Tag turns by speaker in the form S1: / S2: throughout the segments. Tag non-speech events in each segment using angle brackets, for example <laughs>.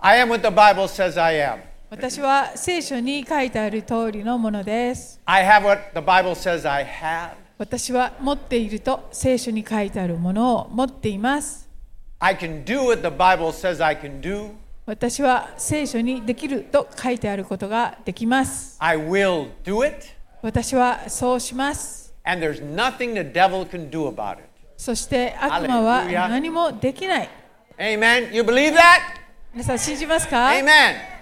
S1: I am what the Bible says I am.
S2: 私は聖書に書いてある通りのものです。
S1: I have what the Bible says I have.
S2: 私は持っていると聖書に書いてあるものを持っています。
S1: I can do what the Bible says I can do.
S2: 私は聖書にできると書いてあることができます。
S1: I will do it.
S2: 私はそうします。
S1: And there's nothing the devil can do about it.
S2: そして悪魔は
S1: Hallelujah.
S2: 何もできない。
S1: Amen. You believe that?
S2: 皆さん信じますか
S1: Amen.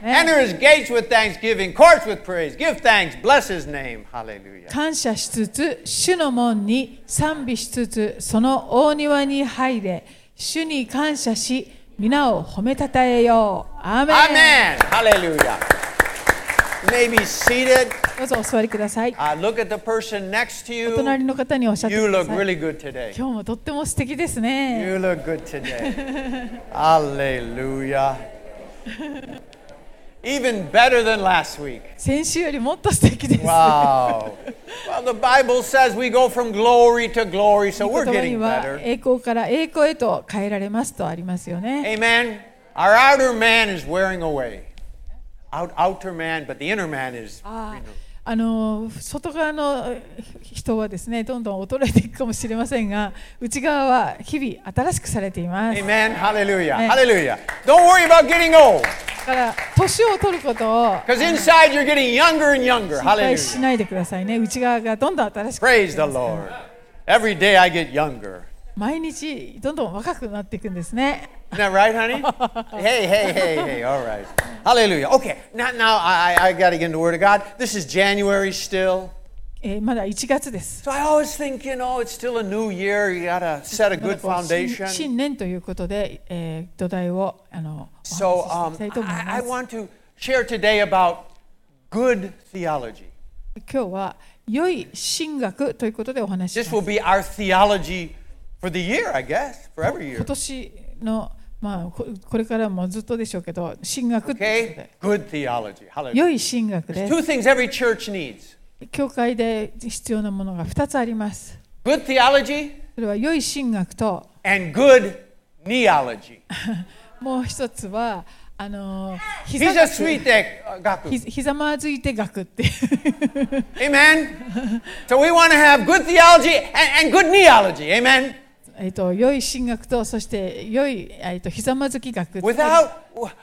S1: Enter his gates with thanksgiving, courts with praise. Give thanks. Bless his name. Hallelujah.
S2: 感謝しつつ、主の門に賛美しつつ、その大庭に入れ、主に感謝し、皆を褒めたたえよう。アーメン
S1: Amen. Hallelujah. You may be seated.
S2: どうぞお座りください。
S1: Uh, look at the person next to
S2: お
S1: you.
S2: 隣の方におっしゃって
S1: You
S2: くだ
S1: look
S2: さい。
S1: really good today.
S2: 今日もとっても素敵ですね。
S1: You look good today. Hallelujah. Even better than last week.
S2: 先週よりもっと素敵です。 <laughs>
S1: Wow. well, the Bible says we go from glory to glory, so
S2: 御
S1: we're
S2: 言葉に
S1: getting
S2: は
S1: better.
S2: 栄光から栄光へと変えられますとありますよね。
S1: Amen. Our outer man is wearing away. Out, outer man, but the inner man is.
S2: あーあのー外側のえ人はですねどんどん衰えていくかもしれませんが内側は日々新しくされています。
S1: Amen. Hallelujah.
S2: Amen.
S1: Hallelujah. Don't worry about getting old,
S2: だから年を取ることを
S1: because inside you're getting younger and younger.
S2: 心配し
S1: Hallelujah.
S2: ないでくださいね。内側がどんどん新しくなってい
S1: Praise
S2: き
S1: the
S2: ますから
S1: Lord. Every day I get younger.
S2: 毎日どんどん若くなっていくんですね。
S1: Isn't that right, honey? hey, hey, hey, hey. All right. Hallelujah. Okay. Now, now I, I got to get into the Word of God. This is January still.
S2: えーまだ1月です。
S1: So I always think, you know, it's still a new year. You got to set a
S2: まだ
S1: good
S2: こう新
S1: foundation.
S2: 新年ということで、えー土台をあのお
S1: So
S2: 話
S1: um,
S2: ししていきたいと思いま
S1: I, I
S2: す。
S1: want to share today about good theology.
S2: 今日は良い神学ということでお話し
S1: This
S2: しま
S1: will
S2: す。
S1: be our theology for the year, I guess, for every
S2: 今
S1: year.
S2: 年のまあここれからもずっとでしょうけど、神学ということ
S1: Okay?
S2: で
S1: Good theology. Hallelujah.
S2: 良い神学で
S1: Two things every church needs
S2: す。教会で必要なものが2つあります。
S1: good theology
S2: それは良い神学と
S1: and good neology.
S2: もう一つはあの膝学
S1: Visa suite uh, gaku.
S2: ひひざまずいて学っていう <laughs>
S1: Amen. So we want to have good theology and, and good neology. Amen.
S2: えっと良い神学とそして良いえっとひざまずき学
S1: Without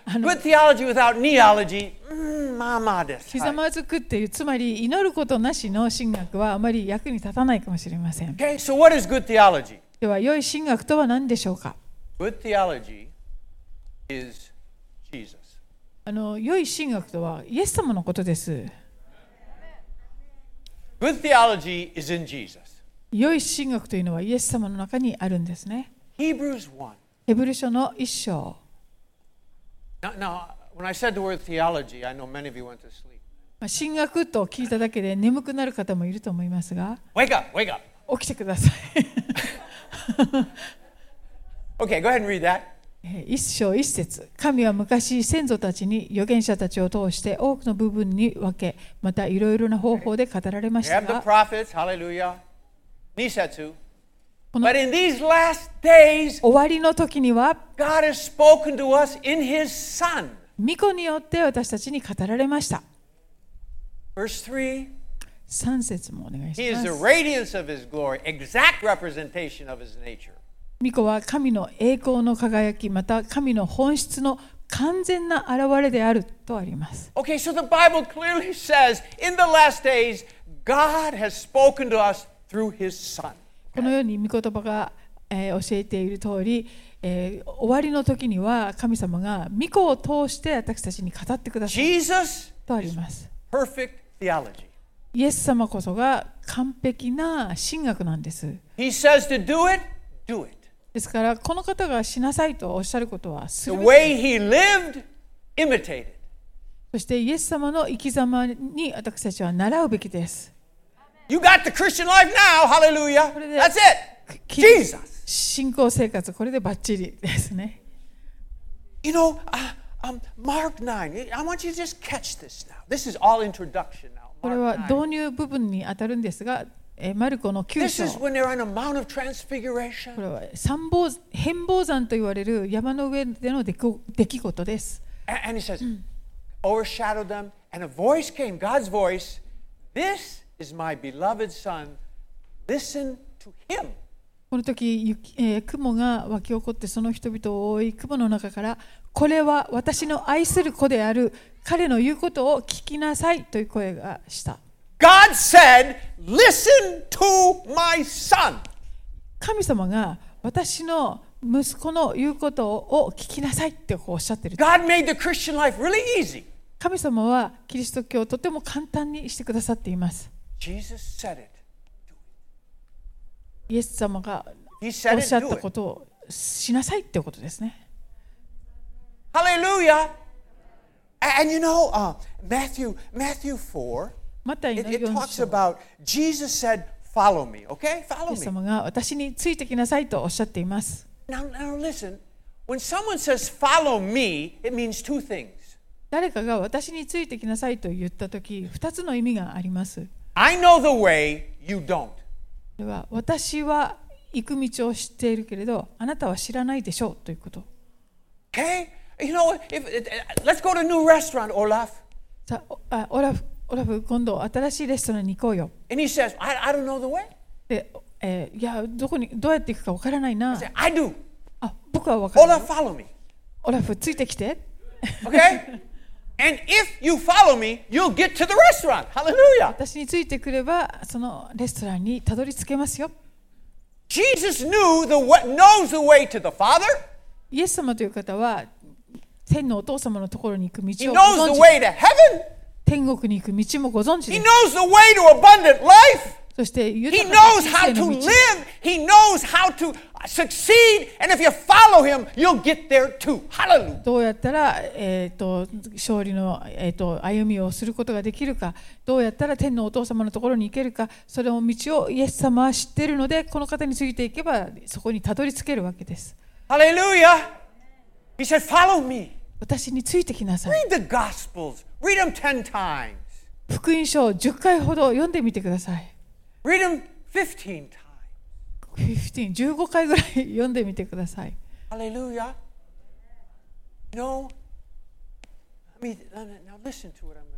S1: good theology, without neology, mm, mama
S2: ひざまずくっていうつまり祈ることなしの神学はあまり役に立たないかもしれません
S1: Okay, so what is good theology?
S2: では良い神学とは何でしょうか
S1: Good theology is Jesus.
S2: あの良い神学とはイエス様のことです
S1: Good theology is in Jesus.
S2: 良い神学というのはイエス様の中にあるんですね
S1: Hebrews 1.
S2: ヘブル書の一章
S1: Now, now, when I said the word theology, I know many of you went to sleep.
S2: まあ神学と聞いただけで眠くなる方もいると思いますが
S1: Wake up, wake up.
S2: 起きてください
S1: Okay, go ahead and read that.
S2: えー一章一節神は昔先祖たちに預言者たちを通して多くの部分に分けまたいろいろな方法で語られま
S1: We
S2: した
S1: have the
S2: が
S1: prophets, hallelujah, Nisetsu.
S2: この
S1: But in these last days,
S2: 終わりの時には
S1: God has spoken to us in His Son.
S2: 御子によって私たちに語られました。
S1: Verse 3
S2: 3節もお願い
S1: He
S2: し
S1: is
S2: ま
S1: the
S2: す。
S1: radiance of His glory, exact representation of His nature.
S2: 御子は神の栄光の輝き、また神の本質の完全な現れであるとあります。
S1: Okay, so the Bible clearly says in the last days, God has spoken to us through his son.
S2: このように御言葉が、えー教えている通り、えー終わりの時には神様が御子を通して私たちに語ってくださる
S1: Jesus,
S2: とあります。
S1: perfect theology.
S2: イエス様こそが完璧な神学なんです。
S1: He says to do it, do it.
S2: ですから、この方がしなさいとおっしゃることはす
S1: The
S2: るべき
S1: way he lived, imitate it.
S2: そしてイエス様の生き様に私たちは習うべきです。
S1: You got the Christian life now, hallelujah.
S2: What is it?
S1: That's it.
S2: き
S1: Jesus.
S2: 信仰生活、これでバッチリですね。
S1: You know, uh, um, Mark 9, I want you to just catch this now. This is all introduction now.
S2: これ
S1: Mark
S2: は
S1: 9.
S2: 導入部分に当たるんですが、えーマルコの9
S1: This is
S2: 章。
S1: when they're on the Mount of Transfiguration.
S2: これは三宝変貌山と言われる山の上での出来出来事です。
S1: And, and he says,
S2: Mm.
S1: overshadowed them, and a voice came, God's voice. This is my beloved son. Listen to him.
S2: この時、雪えー雲が湧き起こってその人々を覆い雲の中からこれは私の愛する子である彼の言うことを聞きなさいという声がした
S1: God said, Listen to my son.
S2: 神様が私の息子の言うことを聞きなさいってこうおっしゃってる
S1: God made the Christian life really easy.
S2: 神様はキリスト教をとても簡単にしてくださっています
S1: Jesus said it.
S2: イエス様が
S1: He said
S2: おっ
S1: it.
S2: しゃっ
S1: Do
S2: たこ
S1: it.
S2: とをしなさいっていうことですね
S1: Hallelujah. A- And you know, uh, Matthew, Matthew 4,
S2: マタイ
S1: it,
S2: の
S1: it
S2: 4
S1: talks
S2: 章
S1: about Jesus said, Follow me, okay?
S2: イ
S1: Follow
S2: エス
S1: me.
S2: 様が私についてきなさいとおっしゃっています
S1: Now, now listen, when someone says, Follow me, it means two things.
S2: 誰かが私についてきなさいと言ったとき、2つの意味があります。
S1: I know the way, you don't.
S2: それは、私は行く道を知っているけれど、あなたは知らないでしょうということ。
S1: Okay? You know, if, if, let's go to a new restaurant, Olaf.
S2: さあおあオラフ、オラフ、今度新しいレストランに行こうよ。
S1: And he says, I, I don't know the way.
S2: で、えーいや、どこに、どうやって行くかわからない
S1: I
S2: な
S1: say,。I do.
S2: あ、僕はわかるよ。
S1: Olaf, follow me.
S2: オラフ、ついてきて。
S1: <laughs> Okay? and if you follow me, you'll get to the restaurant. Hallelujah.
S2: 私についてくれば、そのレストランにたどり着けますよ。
S1: Jesus knew the wa knows the way to the Father.
S2: イエス様という方は、天のお父様のところに行く
S1: He
S2: 道をご
S1: knows the
S2: 存知
S1: way to heaven.
S2: 天国に行く道もご存知
S1: He
S2: です。
S1: knows the way to abundant life.
S2: そして豊
S1: He
S2: かな
S1: knows
S2: 人
S1: how
S2: 生
S1: to
S2: の道
S1: live. He knows how to uh, succeed. And if you follow him, you'll get there too. Hallelujah.
S2: どうやったら、えー、と勝利の、えー、と歩みをすることができるかどうやったら天のお父様のところに行けるかそれを道をイエス様は知っているのでこの方についていけばそこにたどり着けるわけです
S1: Hallelujah. He said, Follow me.
S2: 私についてきなさい
S1: Read the Gospels. Read them 10 times.
S2: 福音書を10回ほど読んでみてください
S1: Read them 15 times.
S2: 15回ぐらい <laughs> 読んでみてください
S1: Hallelujah. You know, I mean, now listen to what I'm going to say.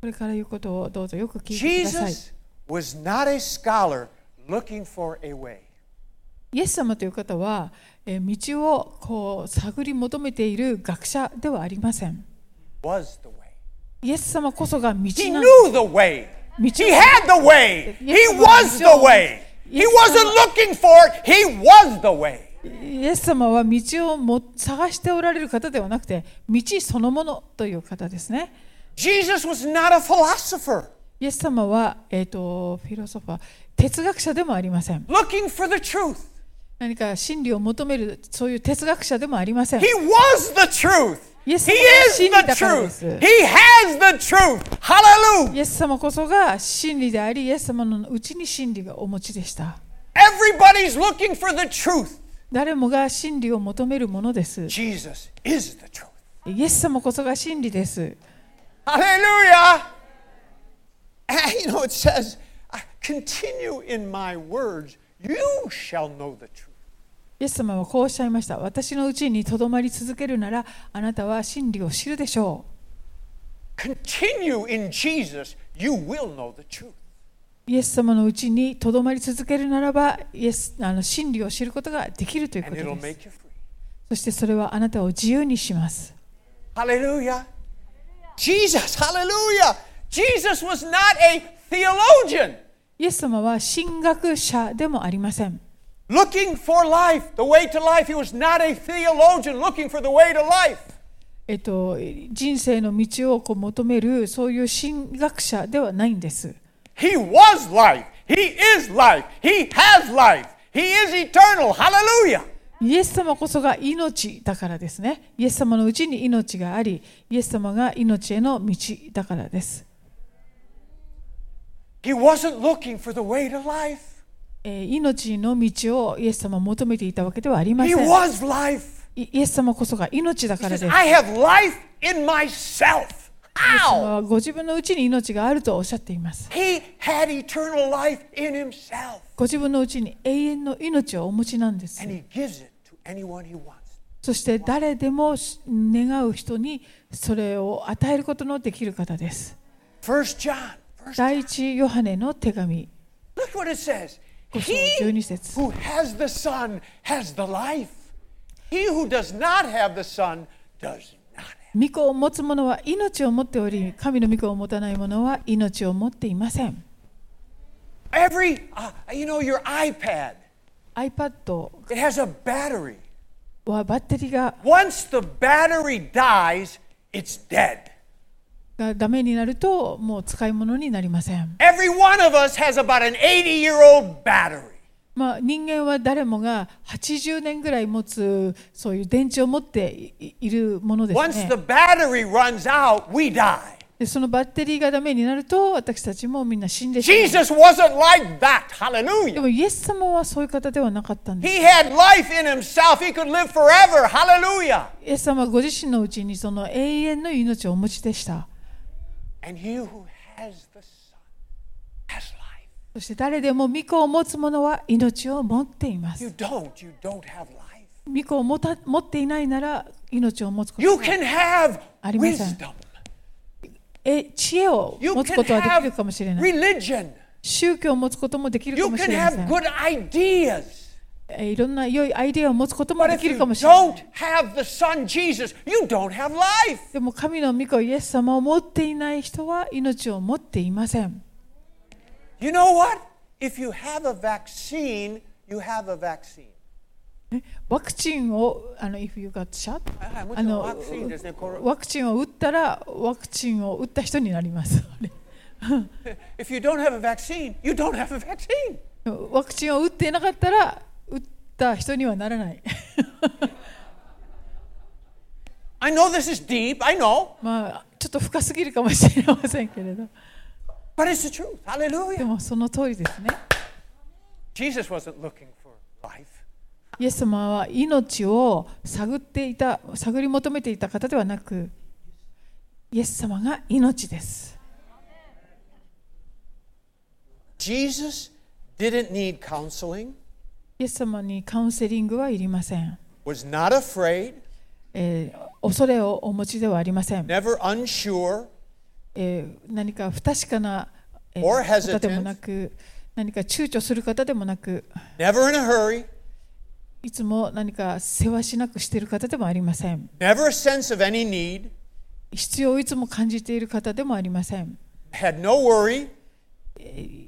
S2: これから言うことをどうぞよく聞いてください
S1: Jesus was not a scholar looking for a way.
S2: イエス様という方は、えー道をこう探り求めている学者ではありません。
S1: Was the way.
S2: イエス様こそが道
S1: He
S2: なの
S1: knew the way.
S2: 道
S1: He had the way. He was the way. He wasn't looking for it. He was the way.
S2: イエス様は道をも探しておられる方ではなくて道そのものという方ですね。
S1: Jesus was not a philosopher
S2: イエス様は、えー、とフィロソファー哲学者でもありません
S1: looking for the truth.
S2: 何か真理を求めるそういう哲学者でもありません
S1: He was the truth. He
S2: イエス様
S1: is
S2: は真理
S1: the
S2: だからで
S1: truth.
S2: す
S1: He has the truth. Hallelujah.
S2: イエス様こそが真理でありイエス様のうちに真理がお持ちでした
S1: Everybody's looking for the truth.
S2: 誰もが真理を求めるものです
S1: Jesus is the truth.
S2: イエス様こそが真理です。
S1: Hallelujah. And you know, it says, "I continue in my words, you shall know the truth.
S2: イエス様はこうおっしゃいました。私のうちにとどまり続けるなら、あなたは真理を知るでしょ
S1: Continue in Jesus, you will know the truth.
S2: う。イエス様のうちにとどまり続けるならば、イエスあの真理を知ることができるというこ
S1: And it'll
S2: とです。
S1: make you free.
S2: そしてそれはあなたを自由にします。
S1: Hallelujah. Jesus, hallelujah. Jesus was not a theologian
S2: イエス様は神学者でもありません。
S1: looking for life, the way to life. He was not a theologian looking for the way to life.
S2: えっと、人生の道をこう求める、そういう神学者ではないんです。
S1: He was life. He is life. He has life. He is eternal. Hallelujah.
S2: イエス様こそが命だからですね。イエス様のうちに命があり、イエス様が命への道だからです。
S1: He wasn't looking for the way to life.
S2: えー命の道をイエス様は求めていたわけではありませ
S1: He
S2: ん。
S1: was life.
S2: イイエス様こそが命だ
S1: He
S2: から
S1: says,
S2: です。イエ
S1: I have life in myself.
S2: ス様
S1: How?
S2: はご自分のうちに命があるとおっしゃっています。
S1: He had eternal life in himself.
S2: ご自分のうちに永遠の命をお持ちなんです
S1: And。he gives it to anyone he wants.
S2: そして誰でも願う人にそれを与えることのできる方です。
S1: First John. First,
S2: 第一ヨハネの手紙
S1: look what it says.
S2: 5章
S1: He
S2: 12節
S1: who has the Son has the life. He who does not have the Son does not have.
S2: 御子を持つ者は命を持っており、神の御子を持たない者は命を持っていません。
S1: Every, uh, you know, your iPad,
S2: iPad
S1: it has a battery.
S2: はバッテリーが
S1: Once the battery dies, it's dead.
S2: がダメになるともう使い物になりません。
S1: Every one of us has about an 80 year old battery.
S2: まあ、人間は誰もが80年ぐらい持つそういう電池を持っていいるものです
S1: Once the
S2: ね
S1: battery runs out, we die.
S2: でそのバッテリーがダメになると私たちもみんな死んでしまう
S1: Jesus wasn't like that.
S2: で
S1: Hallelujah.
S2: もイエス様はそういう方ではなかったんです
S1: He had life in himself. He could live forever. Hallelujah.
S2: イエス様はご自身のうちにその永遠の命をお持ちでした
S1: And he who has the Son has life.
S2: そして誰でも御子を持つ者は命を持っていま
S1: You
S2: す
S1: don't. You don't have life.
S2: 御子を持た持っていないなら命を持つこと
S1: You can have
S2: ありません。
S1: wisdom.
S2: え知恵を
S1: You
S2: 持つ
S1: can
S2: ことはでき
S1: have
S2: るかもしれない
S1: religion.
S2: 宗教を持つこともできるか
S1: You
S2: もし
S1: can
S2: れませ
S1: have
S2: ん
S1: good ideas.
S2: えーいろんな良いアイデアを持つことも
S1: But
S2: で
S1: if
S2: きる
S1: you
S2: かもしれない
S1: don't。have the Son Jesus, you don't have life.
S2: でも神の御子イエス様を持っていない人は命を持っていません。
S1: You know what? If you have a vaccine, you have a vaccine.
S2: えワクチンをあの if you got shot
S1: はいはいも
S2: あ
S1: ちろん
S2: の
S1: ワクチンですねコロ
S2: ワクチンを打ったらワクチンを打った人になります。 <laughs> あれ
S1: If you don't have a vaccine, you don't have a vaccine.
S2: ワクチンを打っていなかったら打った人にはならない。 <laughs>
S1: I know this is deep, I know,
S2: まあちょっと深すぎるかもしれませんけれど、
S1: but it's the truth.
S2: で
S1: Hallelujah.
S2: もその通りですね。
S1: Jesus wasn't looking for life.
S2: イエス様は命を探っていた探り求めていた方ではなくイエス様が命です
S1: Jesus didn't need counseling,
S2: イエス様にカウンセリングはいりません、
S1: was not afraid,
S2: えー恐れをお持ちではありません、
S1: never unsure.
S2: えー何か不確かな、えー
S1: Or hesitant.
S2: 方でもなく何か躊躇する方でもなく
S1: never in a hurry,
S2: いつも何かせわしなくしている方でもありません
S1: never a sense of any need,
S2: 必要をいつも感じている方でもありません
S1: had no worry.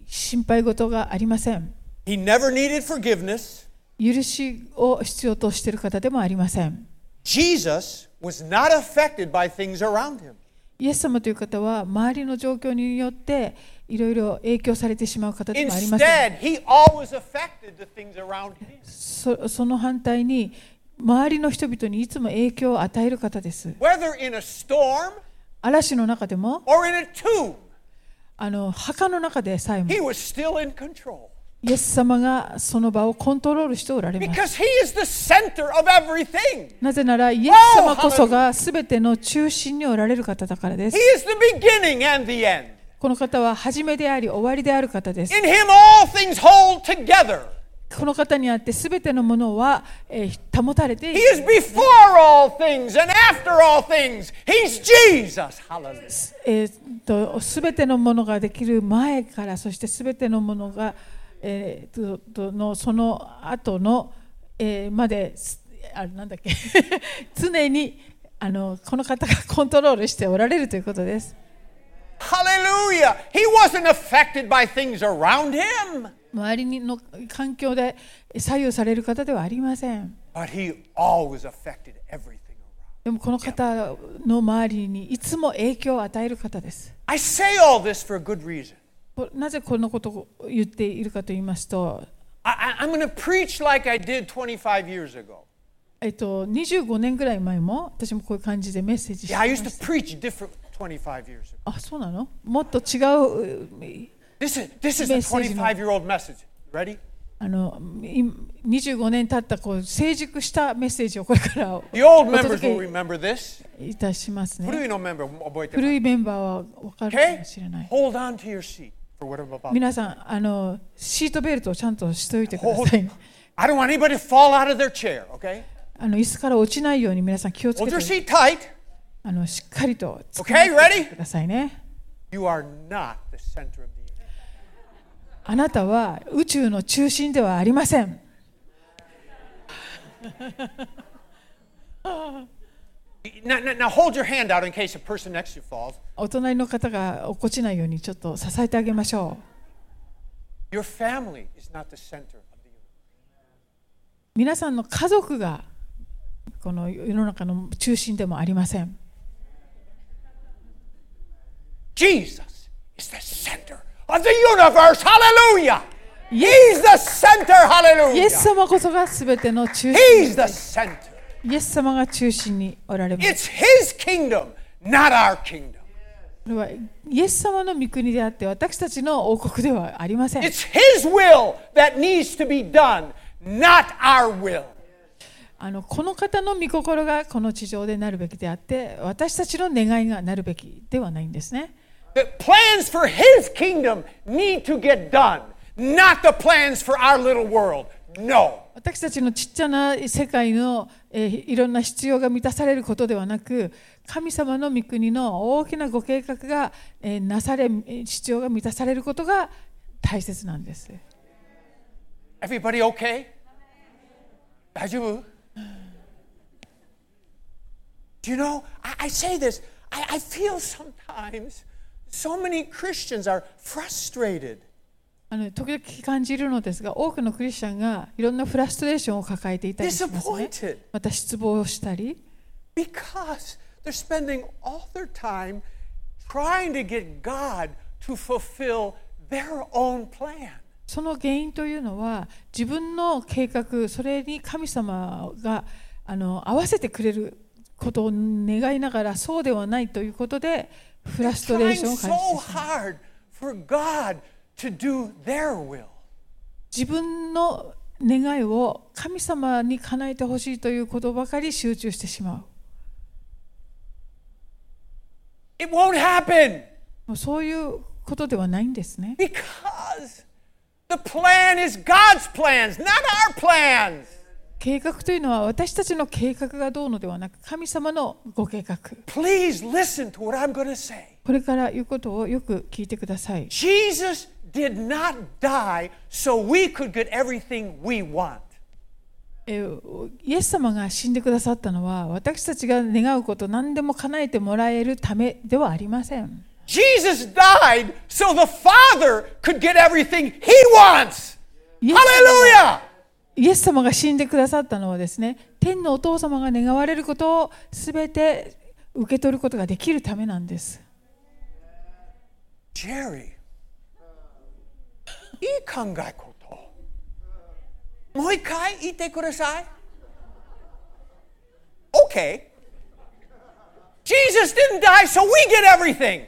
S2: 心配事がありません
S1: He never needed forgiveness.
S2: 許しを必要としている方でもありません
S1: Jesus was not affected by things around him.
S2: イエス様という方は周りの状況によっていろいろ影響されてしまう方でもありません
S1: Instead, he always affected the things around him.
S2: そその反対に周りの人々にいつも影響を与える方です
S1: Whether in a storm
S2: 嵐の中でも
S1: or in a tomb,
S2: あの墓の中でさえも
S1: he was still in control
S2: イエス様がその場をコントロールしておられます
S1: because he is the center of everything.
S2: なぜならイエス様こそが全ての中心におられる方だからで
S1: He
S2: す
S1: is the beginning and the end.
S2: この方は初めであり終わりである方です
S1: In him, all things hold together.
S2: この方にあって全てのものは、えー保たれてい
S1: He
S2: る
S1: is before all things and after all things. He's Jesus. Hallelujah.
S2: えー、と全てのものができる前からそして全てのものが、えー、ととのその後の、えーまですあなんだっけ <laughs> 常にあのこの方がコントロールしておられるということです、
S1: Hallelujah. He wasn't affected by things around him,
S2: 周りの環境で左右される方ではありません
S1: but he always affected everything around.
S2: でもこの方の周りにいつも影響を与える方です
S1: I say all this for a good reason.
S2: こなぜこのことを言っているかと言いますと
S1: I, I, am going to preach like I did 25 years ago.
S2: えっと、25年ぐらい前も私もこういう感じでメッセージして
S1: Yeah,
S2: ま
S1: I
S2: し
S1: used
S2: た
S1: to preach different 25 years ago.
S2: あそうなのもっと違うう
S1: This is, this is a
S2: Message, no.
S1: 25 year old message. Ready?
S2: あのい25年経ったこう成熟したメッセージをこれからお
S1: The old members
S2: お届
S1: will
S2: け
S1: remember this.
S2: いたします
S1: What do
S2: ね
S1: you know, member? Okay?
S2: 古いメンバーは分かるかもしれない
S1: Hold on to your seat for what I'm about.
S2: 皆さんあのシートベルトをちゃんとしておいてくださいね
S1: I don't want anybody to fall out of their chair, okay?
S2: ああの椅子から落ちないように皆さん気をつけ
S1: Hold
S2: て
S1: your seat tight.
S2: あのしっかりとつ
S1: Okay,
S2: て
S1: ready?
S2: くださいね。
S1: You are not the center of the universe.
S2: あなたは宇宙の中心ではありません。
S1: Now, now, now hold your hand out in case a person next to you falls.
S2: お隣の方が落っこちないようにちょっと支えてあげましょう。
S1: Your family is not the center of the universe.
S2: 皆さんの家族がこの世の中の中心でもありません。
S1: Jesus is the center of the universe. Hallelujah. He's the center.
S2: イ
S1: Hallelujah.
S2: エス様こそが全ての中
S1: He's
S2: 心。
S1: the center.
S2: イエス様が中心におられます。
S1: It's his kingdom, not our kingdom.
S2: これはイエス様の御国であって私たちの王国ではありません。
S1: It's his will that needs to be done, not our will.
S2: あのこの方の御心がこの地上でなるべきであって私たちの願いがなるべきではないんですね。
S1: The plans for his kingdom need to get done, not the plans for our little world. No.
S2: 私たちのちっちゃな世界の、えーいろんな必要が満たされることではなく神様の御国の大きなご計画が、えーなされえー必要が満たされることが大切なんです。
S1: Everybody okay? 大丈夫 Do you know, I, I say this, I, I feel sometimes so many Christians are frustrated.
S2: あの時々感じるのですが多くのクリスチャンがいろんなフラストレーションを抱えていたりしますね
S1: Disappointed.
S2: また失望したり。
S1: Because they're spending all their time trying to get God to fulfill their own plan.
S2: その原因というのは自分の計画それに神様があの合わせてくれることを願いながらそうではないということでフラストレー
S1: Trying
S2: ションを
S1: so
S2: 感じてしまう
S1: hard for God to do their will.
S2: 自分の願いを神様に叶えてほしいということばかり集中してしまう
S1: It won't happen
S2: もうそういうことではないんですね
S1: because the plan is God's plans, not our plans.
S2: 計画というのは私たちの計画がどうのではなく神様のご計画
S1: Please listen to what I'm going to say.
S2: これから言うことをよく聞いてください
S1: Jesus did not die so we could get everything we want.
S2: えーイエス様が死んでくださったのは私たちが願うこと何でも叶えてもらえるためではありません
S1: Jesus died so the Father could get everything he wants.
S2: Yes.
S1: Hallelujah!
S2: イエス様が死んでくださったのはですね天のお父様が願われることを全て受け取ることができるためなんです
S1: Jerry, いい考えこと。もう一回言ってください。Okay. Jesus didn't die so we get everything.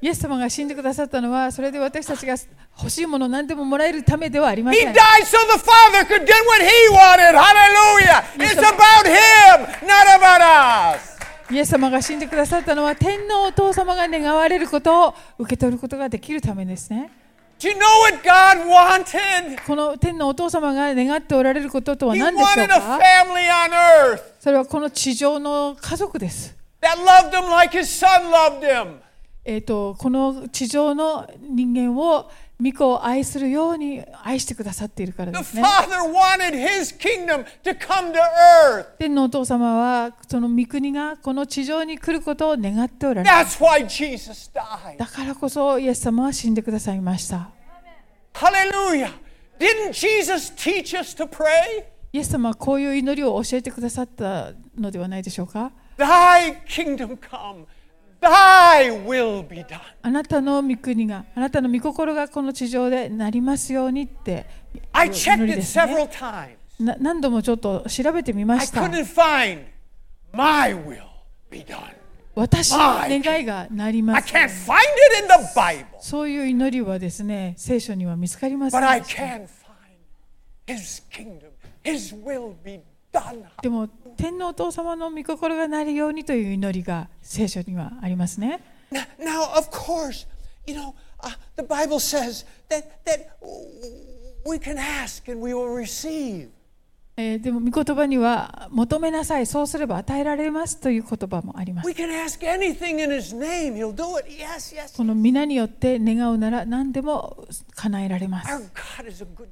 S2: イエス様が死んでくださったのはそれで私たちが欲しいもの何でももらえるためではありま
S1: He
S2: せん
S1: died so the Father could get what he wanted. Hallelujah! It's about him, not about us.
S2: イエス様が死んでくださったのは天のお父様が願われることを受け取ることができるためですね
S1: Do you know what God wanted?
S2: この天のお父様が願っておられることとは
S1: He
S2: 何でしょ
S1: wanted
S2: う
S1: a
S2: か
S1: family on earth
S2: それはこの地上の家族です。
S1: that loved him like his son loved him.
S2: えー、とこの地上の人間を御子を愛するように愛してくださっているから
S1: The
S2: ですね。
S1: Father wanted his kingdom to come to earth.
S2: 天のお父様はその御国がこの地上に来ることを願っておられる。
S1: That's why Jesus died.
S2: だからこそイエス様は死んでくださいました。
S1: Hallelujah. Didn't Jesus teach us to pray?
S2: イエス様はこういう祈りを教えてくださったのではないでしょうか。
S1: Thy kingdom come, thy will be done.
S2: あなたの御国が、あなたの御心がこの地上でなりますようにって
S1: I
S2: 祈
S1: checked
S2: りで
S1: it
S2: すね。
S1: several times.
S2: な何度もちょっと調べてみま
S1: I
S2: した。
S1: couldn't find my will be done.
S2: 私の願いがなり
S1: I
S2: ます
S1: can't find it in the Bible,
S2: そういう祈りはですね聖書には見つかりません
S1: but I
S2: でした
S1: can find his kingdom, his will be done.
S2: でも天皇お父様の御心がなるようにという祈りが聖書にはありますね
S1: Now, now, of course, you know, uh, the Bible says that, that we can ask and we will receive.
S2: えーでも御言葉には求めなさいそうすれば与えられますという言葉もあります
S1: We can ask anything in His name, He'll do it. Yes, yes.
S2: この皆によって願うなら何でも叶えられま
S1: Our
S2: す
S1: God is a good God.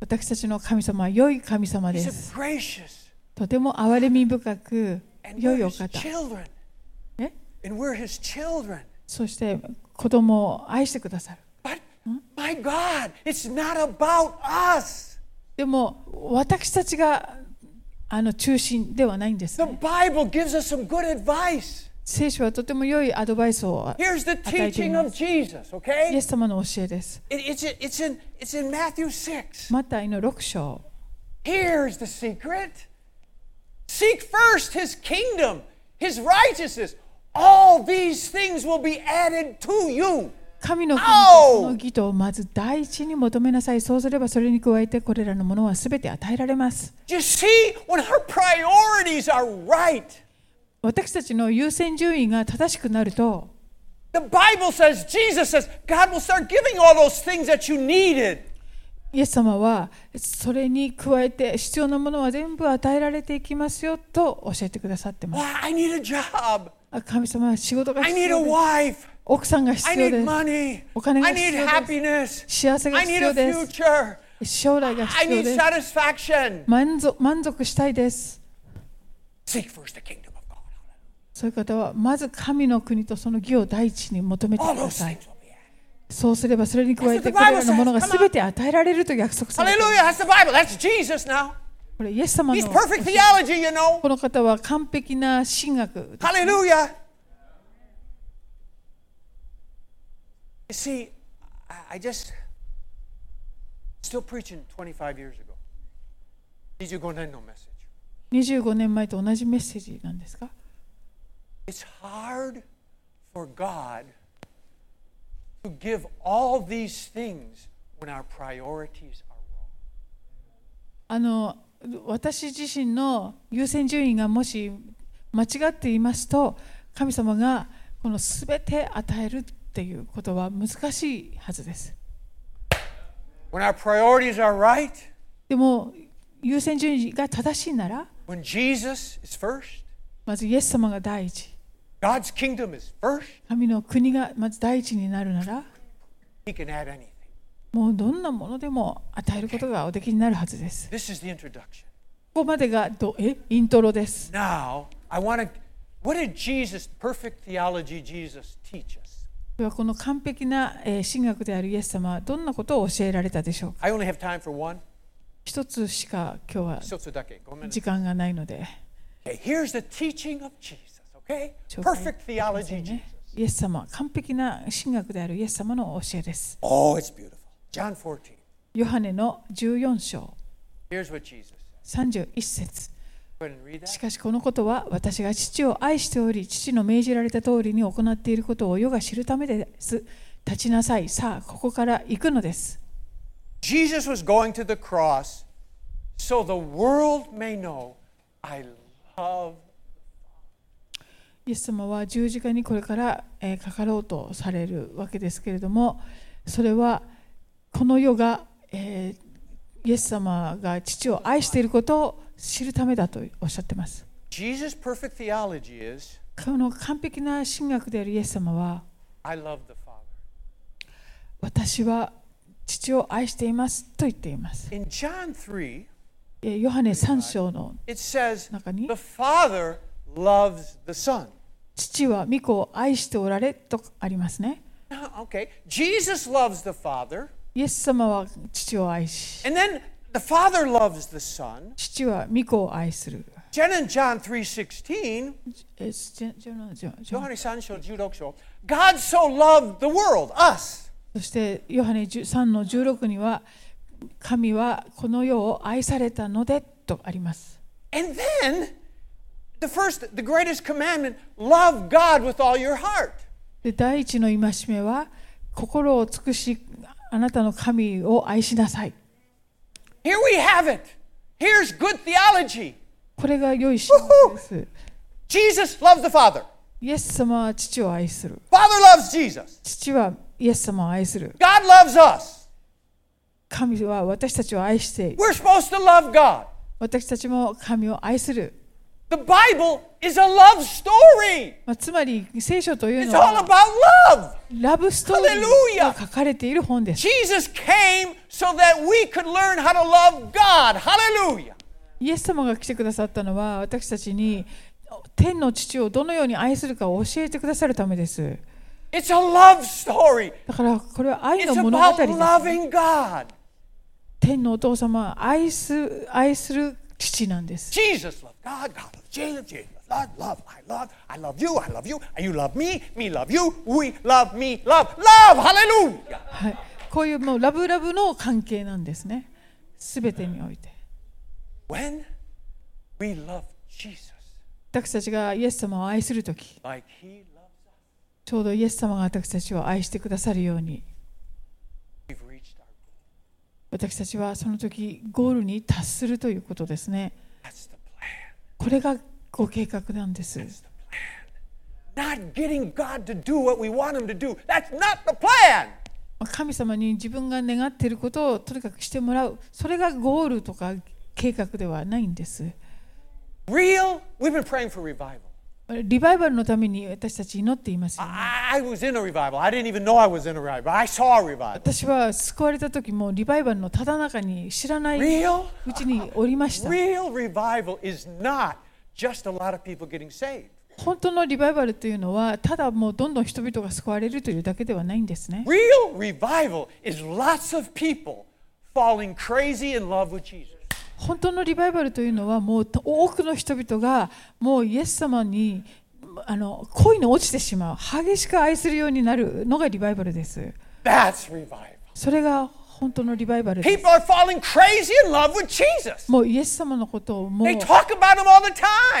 S2: 私たちの神様は良い神様で
S1: He's
S2: す
S1: a gracious
S2: とても憐れみ深く
S1: and
S2: 良い
S1: we're
S2: お
S1: His
S2: 方
S1: children.
S2: え
S1: And we're His children.
S2: そして子供を愛してくださる
S1: But my God, it's not about us.
S2: でも私たちがあの中心ではないんです、
S1: The
S2: ね、
S1: Bible gives us some good advice.
S2: 聖書はとても良いアドバイスを
S1: Here's the teaching of Jesus,
S2: イエ
S1: okay?
S2: ス様の教えです。
S1: It, it's, it's, in, it's in Matthew 6.
S2: マタイの6章
S1: Here's the secret seek first his kingdom, his righteousness. All these things will be added to you.
S2: 神の国
S1: 青
S2: とその義とをまず第一に求めなさい。そうすればそれに加えてこれらのものはすべて与えられます。
S1: Do you see when our priorities are right?
S2: 私たちの優先順位が正しくなると、
S1: The Bible says, Jesus says, God will start giving all those things that you needed.
S2: イエス様はそれに加えて必要なものは全部与えられていきますよと教えてくださってます。
S1: Wow, I need a job.
S2: あ神様は仕事が
S1: I need
S2: 必
S1: a
S2: 要です。
S1: wife.
S2: 奥さんが
S1: I
S2: 必要
S1: need
S2: です。
S1: money.
S2: お金が必要です。
S1: I need happiness.
S2: 幸せが必要です。
S1: I need a future.
S2: 将来が
S1: I
S2: 必要
S1: need
S2: です。
S1: satisfaction.
S2: 満足満足したいです。
S1: Seek first the kingdom of God.
S2: そういう方はまず神の国とその義を第一に求めて
S1: All
S2: くだ
S1: those
S2: さい
S1: things。will be added.
S2: そうすればそれに加えてこれらのものがすべて与えられると約束されている
S1: Hallelujah. That's the Bible. That's Jesus now.
S2: これイエス様
S1: He's
S2: の
S1: perfect theology, you know.
S2: この方は完璧な神学
S1: Hallelujah. You see, I- I just still preaching 25 years ago. 25年のメッセージ。
S2: 25年前と同じメッセージなんですか
S1: It's hard for God to give all these things when our priorities are wrong.
S2: あの私自身の優先順位がもし間違っていますと神様がこのすべて与えるっていうことは難しいはずです
S1: When our priorities are right,
S2: でも優先順位が正しいなら
S1: when Jesus is first,
S2: まずイエス様が第一
S1: God's kingdom is first,
S2: 神の国がまず第一になるなら
S1: He can add anything.
S2: もうどんなものでも与えることがおできになるはずです。
S1: This is the introduction.
S2: ここまでがどえイントロです。
S1: Now, I want to. What did Jesus, perfect theology, Jesus teach us?
S2: ではこの完璧な、えー神学であるイエス様はどんなことを教えられたでしょうか
S1: I only have time for one.
S2: 一つしか今日は
S1: Sotsudake, go a minute.
S2: 時間がないので、
S1: Okay, here's the teaching of Jesus, okay?
S2: 紹介
S1: Perfect theology,
S2: ね
S1: Jesus.、
S2: イエス様、完璧な神学であるイエス様の教えです。
S1: Oh, it's beautiful. John 14.
S2: ヨハネの14章
S1: Here's what Jesus said.
S2: 31節
S1: Go ahead and read that.
S2: しかしこのことは私が父を愛しており父の命じられた通りに行っていることを世が知るためです立ちなさいさあここから行くのです
S1: Jesus was going to the cross so the world may know I love.
S2: イエス様は十字架にこれから、えーかかろうとされるわけですけれどもそれはこの世が、えーイエス様が父を愛していることを知るためだとおっしゃってます
S1: Jesus' perfect theology is
S2: この完璧な神学であるイエス様は
S1: I love the Father.
S2: 私は父を愛していますと言っています
S1: In John 3,
S2: えーヨハネ3章の
S1: it says
S2: 中に
S1: the Father loves the Son.
S2: 父は御子を愛しておられとありますね。
S1: Now, Ah, Okay, Jesus loves the Father,
S2: イエス様は父を愛し、
S1: and then the Father loves the Son.
S2: 父は御子を愛する。
S1: Jen and John 3:16,
S2: えじゃじゃじゃじゃ
S1: Yohane Sancho Judokso, God so loved the world, us.
S2: そして、ヨハネ10 3の16には、神はこの世を愛されたのでとあります。
S1: And then the first, the greatest commandment love God with all your heart.
S2: で第一の戒めは、心を尽くし、あなたの神を愛しなさい。
S1: Here we have it. Here's good theology.
S2: これが良い神学です。
S1: Jesus loves the Father,
S2: イエス様は父を愛する。
S1: Father loves Jesus,
S2: 父はイエス様を愛する。
S1: God loves us.
S2: 神は私たちを愛して
S1: We're supposed to love God.
S2: 私たちも神を愛する、
S1: The Bible is a love story.
S2: まあ、つまり聖書という
S1: It's
S2: の
S1: all
S2: は
S1: about love.
S2: ラブストーリーが書かれている本です。
S1: Jesus came so that we could learn how to love God. Hallelujah.
S2: イエス様が来てくださったのは私たちに天の父をどのように愛するかを教えてくださるためです。
S1: It's a love story.
S2: だからこれは愛
S1: It's
S2: の物語
S1: about
S2: です。
S1: loving God.
S2: 天のお父様は愛す愛する父なんです。
S1: Jesus loved God. God loved Jesus. Jesus loved love. I love. I love you. I love you. And you love me. Me love you. We love me. Love. Love. Hallelujah.
S2: はい、こういうもうラブラブの関係なんですね。すべてにおいて。
S1: When we love Jesus
S2: 私たちがイエス様を愛するとき、
S1: like he loves us,
S2: ちょうどイエス様が私たちを愛してくださるように、
S1: we've reached our goal.
S2: 私たちはその時ゴールに達するということですね。
S1: That's the plan.
S2: これがご計画なんです。
S1: That's the plan. Not getting God to do what we want him to do. That's not the plan.
S2: まあ神様に自分が願っていることをとにかくしてもらう、それがゴールとか計画ではないんです。
S1: Real, we've been praying for revival.
S2: リバイバルのために私たち祈っていますよね、
S1: I, I was in a revival. I didn't even know I was in a revival. I saw a revival.
S2: 私は救われた時もリバイバルのただ中に知らないう
S1: Real?
S2: ちにおりました。
S1: Real revival is not just a lot of people getting saved.
S2: 本当のリバイバルというのはただもうどんどん人々が救われるというだけではないんですね。
S1: Real revival is lots of people falling crazy in love with Jesus.
S2: 本当のリバイバルというのはもう多くの人々がもうイエス様にあの恋に落ちてしまう激しく愛するようになるのがリバイバルです。
S1: That's revival.
S2: それが本当のリバイバルです。
S1: People are falling crazy in love with Jesus.
S2: もうイエス様のことをもう
S1: They talk about him all the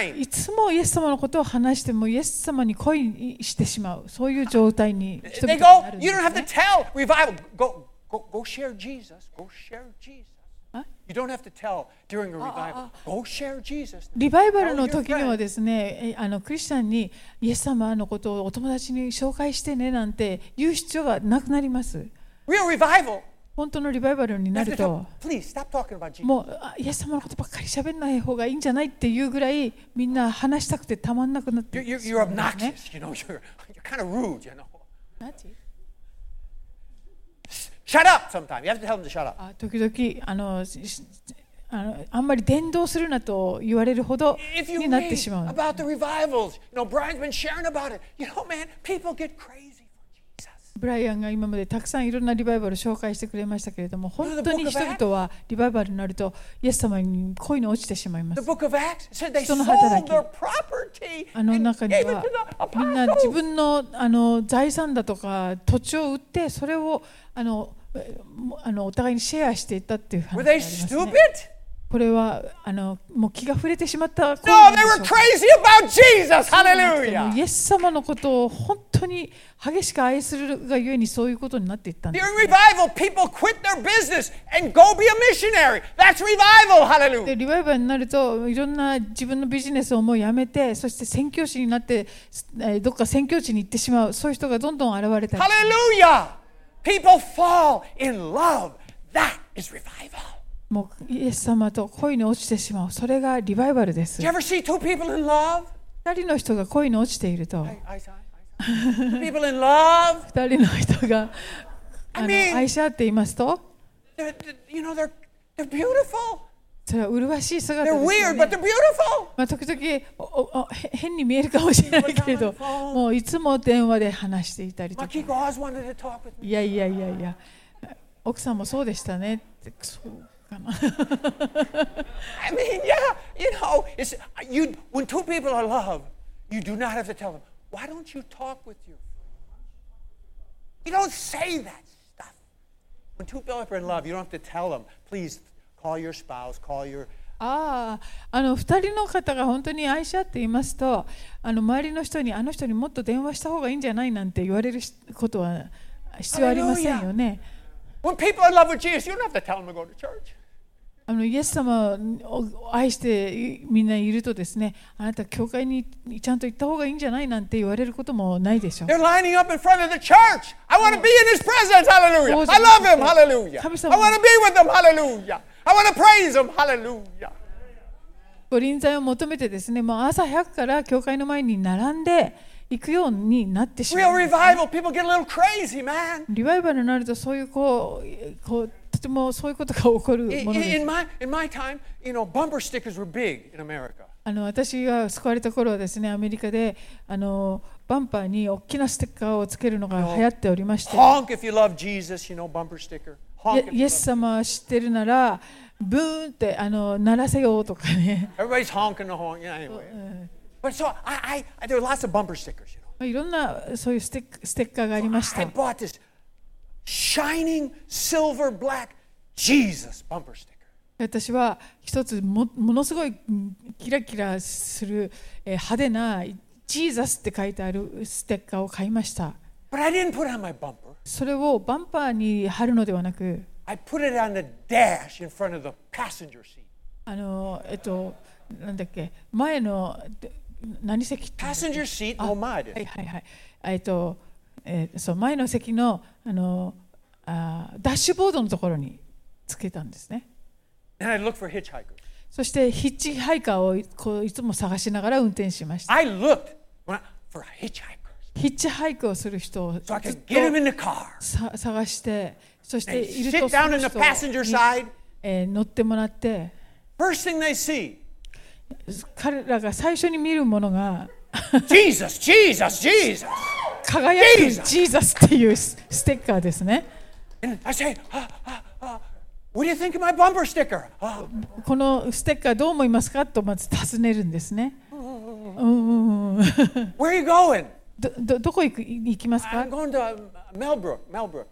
S1: time.
S2: いつもイエス様のことを話してもイエス様に恋してしまうそういう状態に人
S1: They
S2: 々が
S1: go,
S2: なるんで
S1: you
S2: す
S1: don't have to
S2: ね
S1: tell revival. Go, go, go share Jesus. Go share Jesus.
S2: Huh?
S1: You don't have to tell during a revival. Go share Jesus.
S2: リバイバル
S1: Tell
S2: の
S1: your
S2: 時には
S1: friends.
S2: ですねえあのクリスチャンにイエス様のことをお友達に紹介してねなんて言う必要がなくなります。
S1: Real revival.
S2: 本当のリバイバルに
S1: you
S2: な
S1: have to
S2: る
S1: <laughs>
S2: と
S1: talk- Please stop talking about Jesus.
S2: もうあイエス様のことばっかり喋んない方がいいんじゃないっていうぐらいみんな話したくてたまんなくなって
S1: You're, you're,
S2: し
S1: you're
S2: まうんです
S1: obnoxious,
S2: ね
S1: you know. <laughs> You're, you're kind of rude, you know.
S2: なんて
S1: Shut up sometimes. You have to tell them to shut up.
S2: あ時々あのししあのあんまり伝道するなと言われるほど
S1: If you
S2: になってし
S1: read
S2: まう
S1: about the revivals, you know, Brian's been sharing about it. You know, man, people get crazy for Jesus.
S2: ブライアンが今までたくさんいろんなリバイバルを紹介してくれましたけれども本当に人々はリバイバルになるとイエス様に恋に落ちてしまいま
S1: The
S2: す
S1: book of Acts said they
S2: 人の
S1: sold
S2: 働き。
S1: their property
S2: あの
S1: and
S2: 中に
S1: gave it
S2: は
S1: to the
S2: みんな自
S1: apostles.
S2: 分のあの財産だとか土地を売ってそれをあのえもあのお互いにシェアしていったっていう話
S1: Were
S2: があり
S1: they
S2: ます、
S1: stupid?
S2: ね、これはあのもう気が触れてしまった行為
S1: No,
S2: な
S1: they
S2: んでしょう
S1: were
S2: か
S1: crazy about Jesus.
S2: もう
S1: Hallelujah.
S2: イエス様のことを本当に激しく愛するがゆえにそういうことになっていったんです
S1: During revival, people quit their business and go be a missionary. That's revival. Hallelujah.
S2: でリバイバルになるといろんな自分のビジネスをもうやめてそして宣教師になってすえーどっか宣教地に行ってしまうそういう人がどんどん現れたり
S1: Hallelujah! People fall in love. That is revival.
S2: もうイエス様と恋に落ちてしまうそれがリバイバルです
S1: Did you ever see two people in love?
S2: 2人の人が恋に落ちていると
S1: I, I saw. I saw. two people in love.
S2: 2人の人があの
S1: I mean-
S2: 愛し合っていますと
S1: They're, they're- you know, they're they're beautiful.
S2: それは麗しい姿
S1: They're
S2: ですよ
S1: weird, but
S2: ね
S1: they're beautiful.
S2: まあ、時々おおおへ変に見えるかもしれないけ
S1: <laughs>
S2: れどもういつも電話で話していたりとか
S1: Makiko always wanted to talk with me.
S2: いやいやいやいや奥さんもそうでしたねってそうかな
S1: I mean, yeah, you know, it's you. When two people are in love, you do not have to tell them. Why don't you talk with your? friend?" You don't say that stuff. When two people are in love, you don't have to tell them. Please call your spouse. Call your.
S2: あああの2人の方が本当に愛し合っていますとあの周りの人にあの人にもっと電話した方がいいんじゃないなんて言われるしことは必要ありませんよね。
S1: When people are in love with Jesus, you don't have to tell them to go to church.
S2: あのイエス様を愛していみんないるとですねあなた教会にちゃんと行った方がいいんじゃないなんて言われることもないでしょう。
S1: They're lining up in front of the church. I want to be in His presence. Hallelujah. I love Him. Hallelujah. I want to be with Him. Hallelujah. I want to praise Him. Hallelujah.
S2: ご臨在を求めてですね、もう朝早くから教会の前に並んで行くようになってしま
S1: Real
S2: う。
S1: revival, people get a little crazy, man.
S2: リバイバルになるとそういうこうこうとてもそういうことが起こる
S1: I-
S2: も
S1: i-
S2: のです
S1: In。my, in my time, you know, bumper stickers were big in America.
S2: あの私が救われた頃はですねアメリカであのバンパーに大きなステッカーをつけるのが流行っておりまして
S1: Honk if you love Jesus, you know, bumper sticker.
S2: イ
S1: Honk
S2: エ
S1: if
S2: イ
S1: you
S2: エ
S1: love
S2: ス様は知ってるならブーンってあの鳴らせよとかね <laughs>
S1: Everybody's honking the horn. Yeah, anyway. But so I, I, there were lots of bumper stickers, you know.
S2: いろんなそういうステッステッカーがありまし
S1: I
S2: た
S1: bought this shining silver black Jesus bumper sticker.
S2: 私は一つもものすごいうんキラキラするえー派手なジーザスって書いてあるステッカーを買いました
S1: But I didn't put it on my bumper.
S2: それをバンパーに貼るのではなく
S1: I put it on the dash in front of the passenger seat.
S2: あのえっとなんだっけ前ので何席って言うんだっけ
S1: Passenger seat, oh
S2: あ
S1: no
S2: はい
S1: mind
S2: はいはいえっと、えーそう前の席のあのあーダッシュボードのところにつけたんですね
S1: And I looked for hitchhikers.
S2: そしてヒッチハイカーをこういつも探しながら運転しました
S1: I looked when I- for hitchhikers
S2: ヒッチハイクをする人をず
S1: so I
S2: っ
S1: could get them
S2: と
S1: in the car.
S2: さ探してそして
S1: They
S2: いると
S1: sit
S2: その
S1: down in the
S2: 人
S1: passenger
S2: に、
S1: side.
S2: えー乗ってもらって
S1: First thing they see,
S2: 彼らが最初に見るものが
S1: Jesus, Jesus, Jesus.
S2: 輝くジーザスっていうスステッカーですね。
S1: And I say, ah, ah, ah, what do you think of my bumper sticker? Ah,
S2: このステッカーどう思いますかとまず尋ねるんですね。うんうんうん
S1: where are you going?
S2: どどどこ行く行きますか
S1: I'm going to um, Melbrook, Melbrook.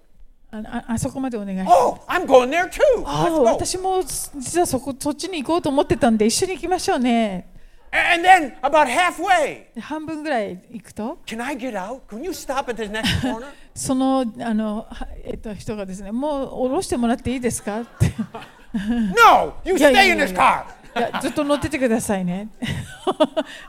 S2: あああそこまでお願いします。
S1: Oh, I'm going there too.
S2: あ
S1: Let's
S2: あ
S1: go.
S2: 私も実はそこそっちに行こうと思ってたんで一緒に行きましょうね。
S1: And then about halfway,
S2: で半分ぐらい行くと
S1: can I get out? Can you stop at the next corner?
S2: そのあの、はえっと、人がですねもう降ろしてもらっていいですかって。
S1: No, you
S2: いやいや
S1: stay
S2: い
S1: in
S2: や
S1: this
S2: いや
S1: car.
S2: いやずっと乗っててくださいね。 <laughs>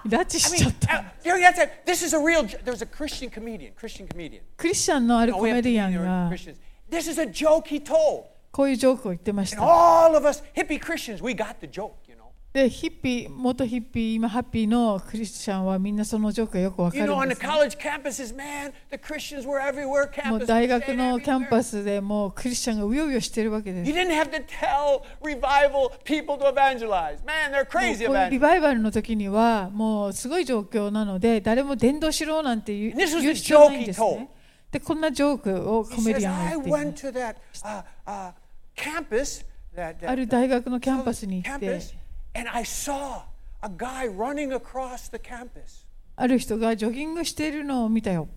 S2: 拉致
S1: I
S2: しちゃ
S1: mean,
S2: った
S1: uh,。you know, that's a, this is a real. j- There's a Christian comedian, Christian comedian.
S2: クリスチャンのある
S1: No,
S2: コ
S1: we have
S2: メディア
S1: comedian
S2: ン
S1: or
S2: が
S1: Christians. This is a joke he told.
S2: こういうジョークを言ってまし
S1: And
S2: た。
S1: all of us hippie Christians, we got the joke, you know.
S2: でヒッピー元ヒッピー今ハッピーのクリスチャンはみんなそのジョークがよくわか
S1: You
S2: る
S1: know, on the
S2: んですね、
S1: college campuses, man, the Christians were everywhere.
S2: も
S1: Campus
S2: う大
S1: crusade
S2: 学のキャン
S1: everywhere.
S2: パスでもうクリスチャンがうようよしてるわけです
S1: You。didn't have to tell revival people to evangelize. Man, they're
S2: もう
S1: crazy
S2: こういうリ
S1: evangelists.
S2: バイバルの時にはもうすごい状況なので誰も伝道しろなんて言う
S1: And this was
S2: 言う必要ないんです
S1: the joke he told.
S2: ね。でこんなジョークを
S1: He
S2: コメデ
S1: says,
S2: ィアンが
S1: I
S2: 言っています
S1: went to that uh, uh, campus, that,
S2: あ
S1: that
S2: る大学のキャンパ
S1: college
S2: スに行って
S1: campus, and I saw a guy running across the campus
S2: ある人がジョギングしているのを見たよ。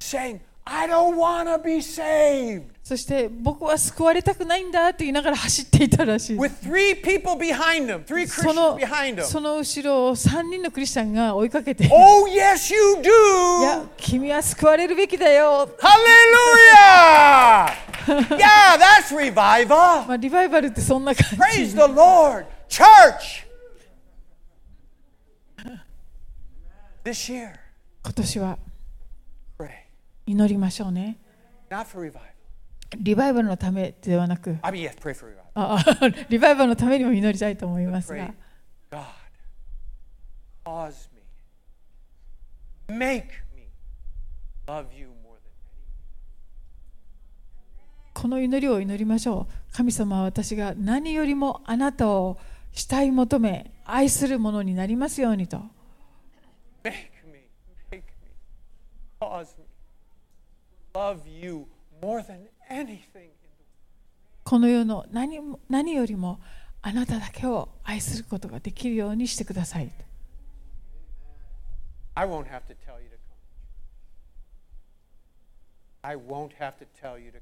S1: saying, I don't want to be saved.
S2: そして僕は救われたくないんだと言いながら走っていたらしいです
S1: With three people behind him, three
S2: そ
S1: Christians
S2: の
S1: behind him.
S2: その後ろを3人のクリスチャンが追いかけて、い
S1: Oh, yes, you do.
S2: や、君は救われるべきだよ。
S1: Hallelujah. yeah, that's revival.
S2: まあ、リバイバルってそんな感
S1: Praise
S2: じ。
S1: the Lord. Church. This year,
S2: 今年は
S1: pray.
S2: 祈りましょうね。
S1: Not for revival.
S2: リバイバルのためではなく、
S1: I mean, yes, pray for revival.
S2: ああ <laughs> リバイバルのためにも祈りたいと思いますが
S1: Pray,、God, cause me, make me love you more than
S2: この祈りを祈りましょう。神様は私が何よりもあなたを慕い求め、愛するものになりますようにと。
S1: anything. Make me, make me, cause me, love you more than anything. in the
S2: この世の何も何よりもあなただけを愛することができるようにしてください。
S1: I won't have to tell you to come. I won't have to tell you to come to church.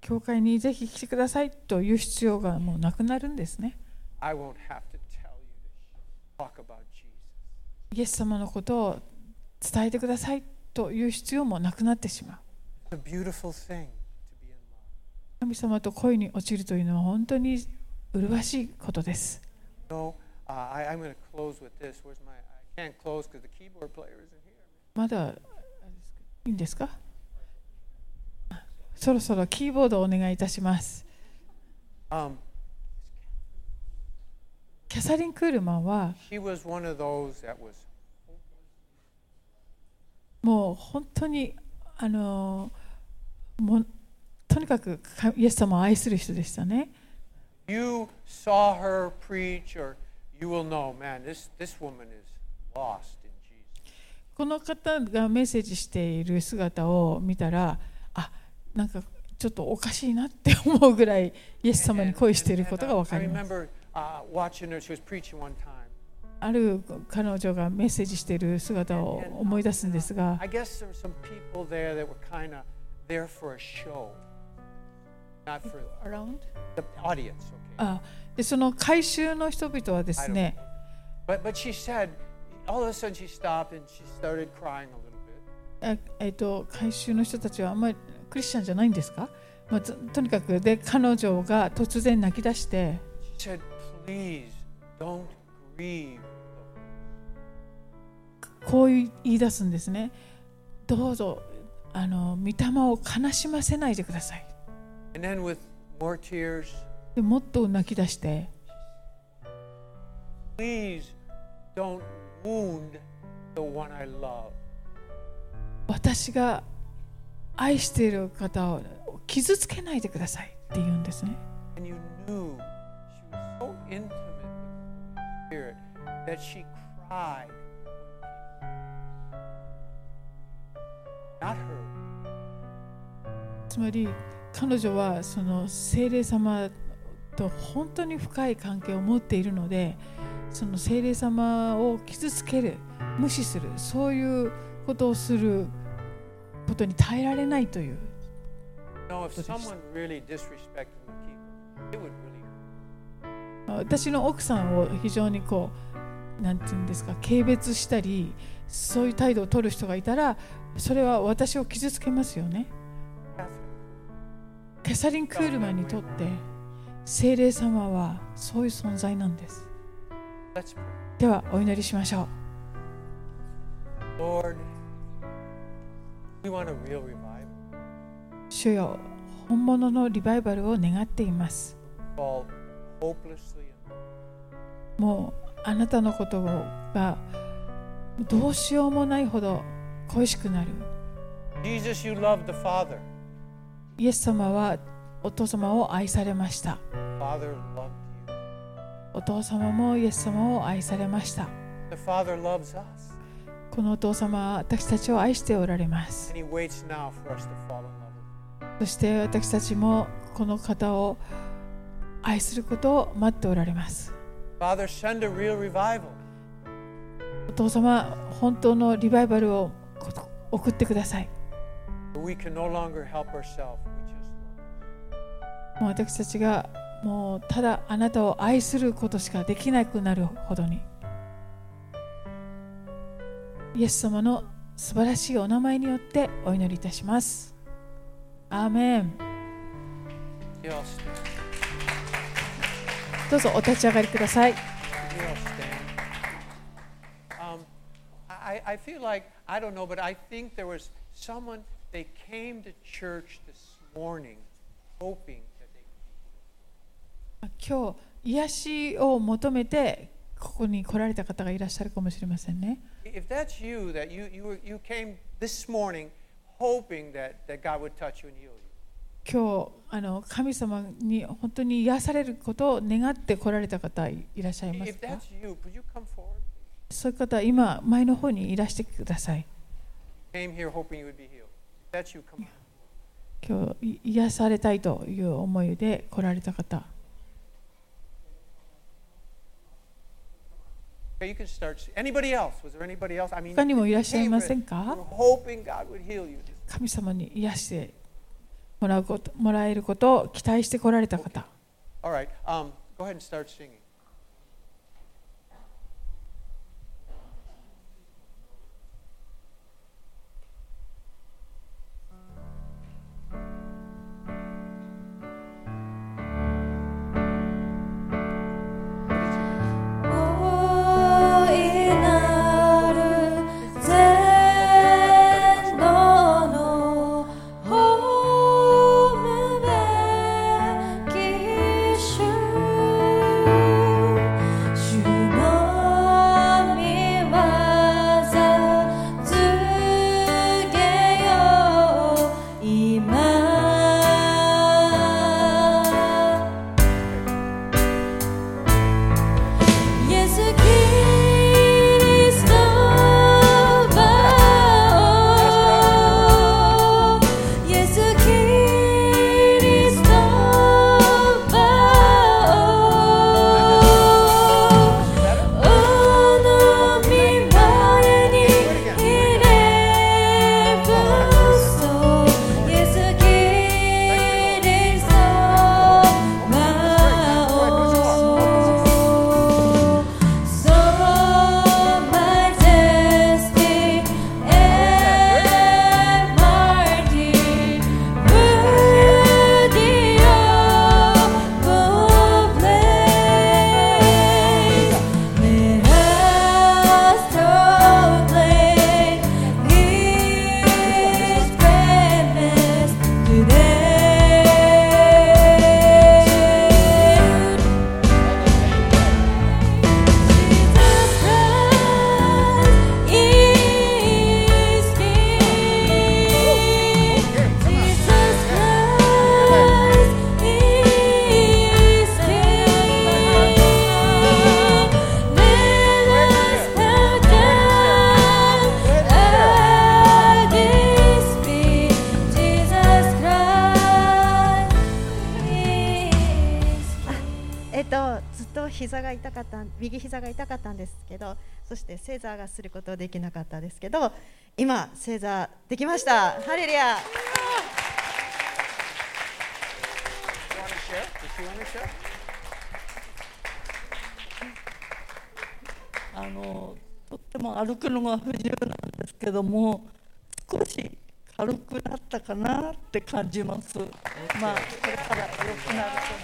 S2: 教会にぜひ来てくださいという必要がもうなくなるんですね。
S1: I won't have to tell you to talk about Jesus.
S2: イエス様のことを伝えてくださいという必要もなくなってしまう。
S1: It's a beautiful thing to be in love.
S2: 神様と恋に落ちるというのは本当に麗しいことです。
S1: No, uh, I, I'm going to close with this. Where's my? I can't close because the keyboard player isn't here.
S2: まだあれですかいいんですかあそろそろキーボードをお願いいたします。
S1: Um,
S2: キャサリン・クールマンは
S1: She was one of those that was
S2: もう本当にあのもうとにかくかイエス様を愛する人でしたね。
S1: you saw her preach or you will know, man, this, this woman is lost in Jesus.
S2: この方がメッセージしている姿を見たらあなんかちょっとおかしいなって思うぐらいイエス様に恋していることが
S1: uh,
S2: 分
S1: I
S2: かります。
S1: remember uh, watching her, she was preaching one time.
S2: ある彼女がメッセージしている姿を思い出すんですが
S1: I guess there were some people there that were kind of there for a show, not for the audience. Okay.
S2: あでその回収の人々はですね
S1: But but she said, all of a sudden she stopped and she started crying a little bit.
S2: ええっと回収の人たちはあんまりクリスチャンじゃないんですか、まあ、ととにかくで彼女が突然泣き出して
S1: She said, please don't grieve.
S2: こう言い出すんですねどうぞあの御霊を悲しませないでください
S1: And then with more tears,
S2: でもっと泣き出して
S1: please don't wound the one I love.
S2: 私が愛している方を傷つけないでくださいって言うんですね
S1: And you knew she was so intimate with the Holy Spirit that she cried. Not her.
S2: つまり彼女はその聖霊様と本当に深い関係を持っているのでその聖霊様を傷つける無視するそういうことをすることに耐えられないという
S1: You know, if
S2: What did she-
S1: someone really disrespected Makiko, it would really hurt.
S2: 私の奥さんを非常にこうなんて言うんですか軽蔑したりそういう態度を取る人がいたらそれは私を傷つけますよね
S1: Catherine,
S2: キャサリン・クールマンにとって聖霊様はそういう存在なんです
S1: let's pray.
S2: ではお祈りしましょう
S1: Lord, we want a real revival.
S2: 主よ本物のリバイバルを願っています。
S1: Fall hopelessly in love.
S2: もうあなたのことがどうしようもないほど恋しくなる。
S1: Jesus, you loved the Father.
S2: イエス様はお父様を愛されました。
S1: The Father loved you.
S2: お父様もイエス様を愛されました。
S1: The Father loves us.
S2: このお父様は私たちを愛しておられます。
S1: And He waits now for us to fall in love with Him.
S2: そして私たちもこの方を愛することを待っておられます。
S1: Father, send a real revival.
S2: お父様、本当のリバイバルを送ってください。
S1: For We can no longer help ourselves. We just love.
S2: もう私たちがもうただあなたを愛することしかできなくなるほどにイエス様の素晴らしいお名前によってお祈りいたしますアーメン
S1: You'll stand.
S2: どうぞお立ち上がりください
S1: You'll stand. Um, I, I feel like, I don't know, but I think there was someone, they came to church this morning hoping that they
S2: 今日癒しを求めてここに来られた方がいらっしゃるかもしれませんね
S1: If that's you, that you, you, were, you came this morning hoping that, that God would touch you and heal you,
S2: 今日あの神様に本当に癒されることを願って来られた方いらっしゃいます
S1: if
S2: か
S1: that's you, could you come forward?
S2: そういう方は今前の方にいらしてください
S1: Came here hoping you would be healed. If that's you, come on.
S2: 今日い癒されたいという思いで来られた方
S1: Okay, you can start. Anybody else? Was there anybody else? I mean,
S2: 他にもいらっしゃいません
S1: you were
S2: か
S1: hoping God would heal you.
S2: 神様に癒してもらうこともらえることを期待して来られた方
S1: All right, um, go ahead and start singing.
S3: 「大いなる全能の褒めべき主」
S4: と膝が痛かった右膝が痛かったんですけどそして正座がすることできなかったですけど今正座できましたハレルヤ
S1: You want to share? Does she want to share?
S5: あのとっても歩くのが不自由なんですけども少し軽くなったかなって感じます。まあこれから良くなると思います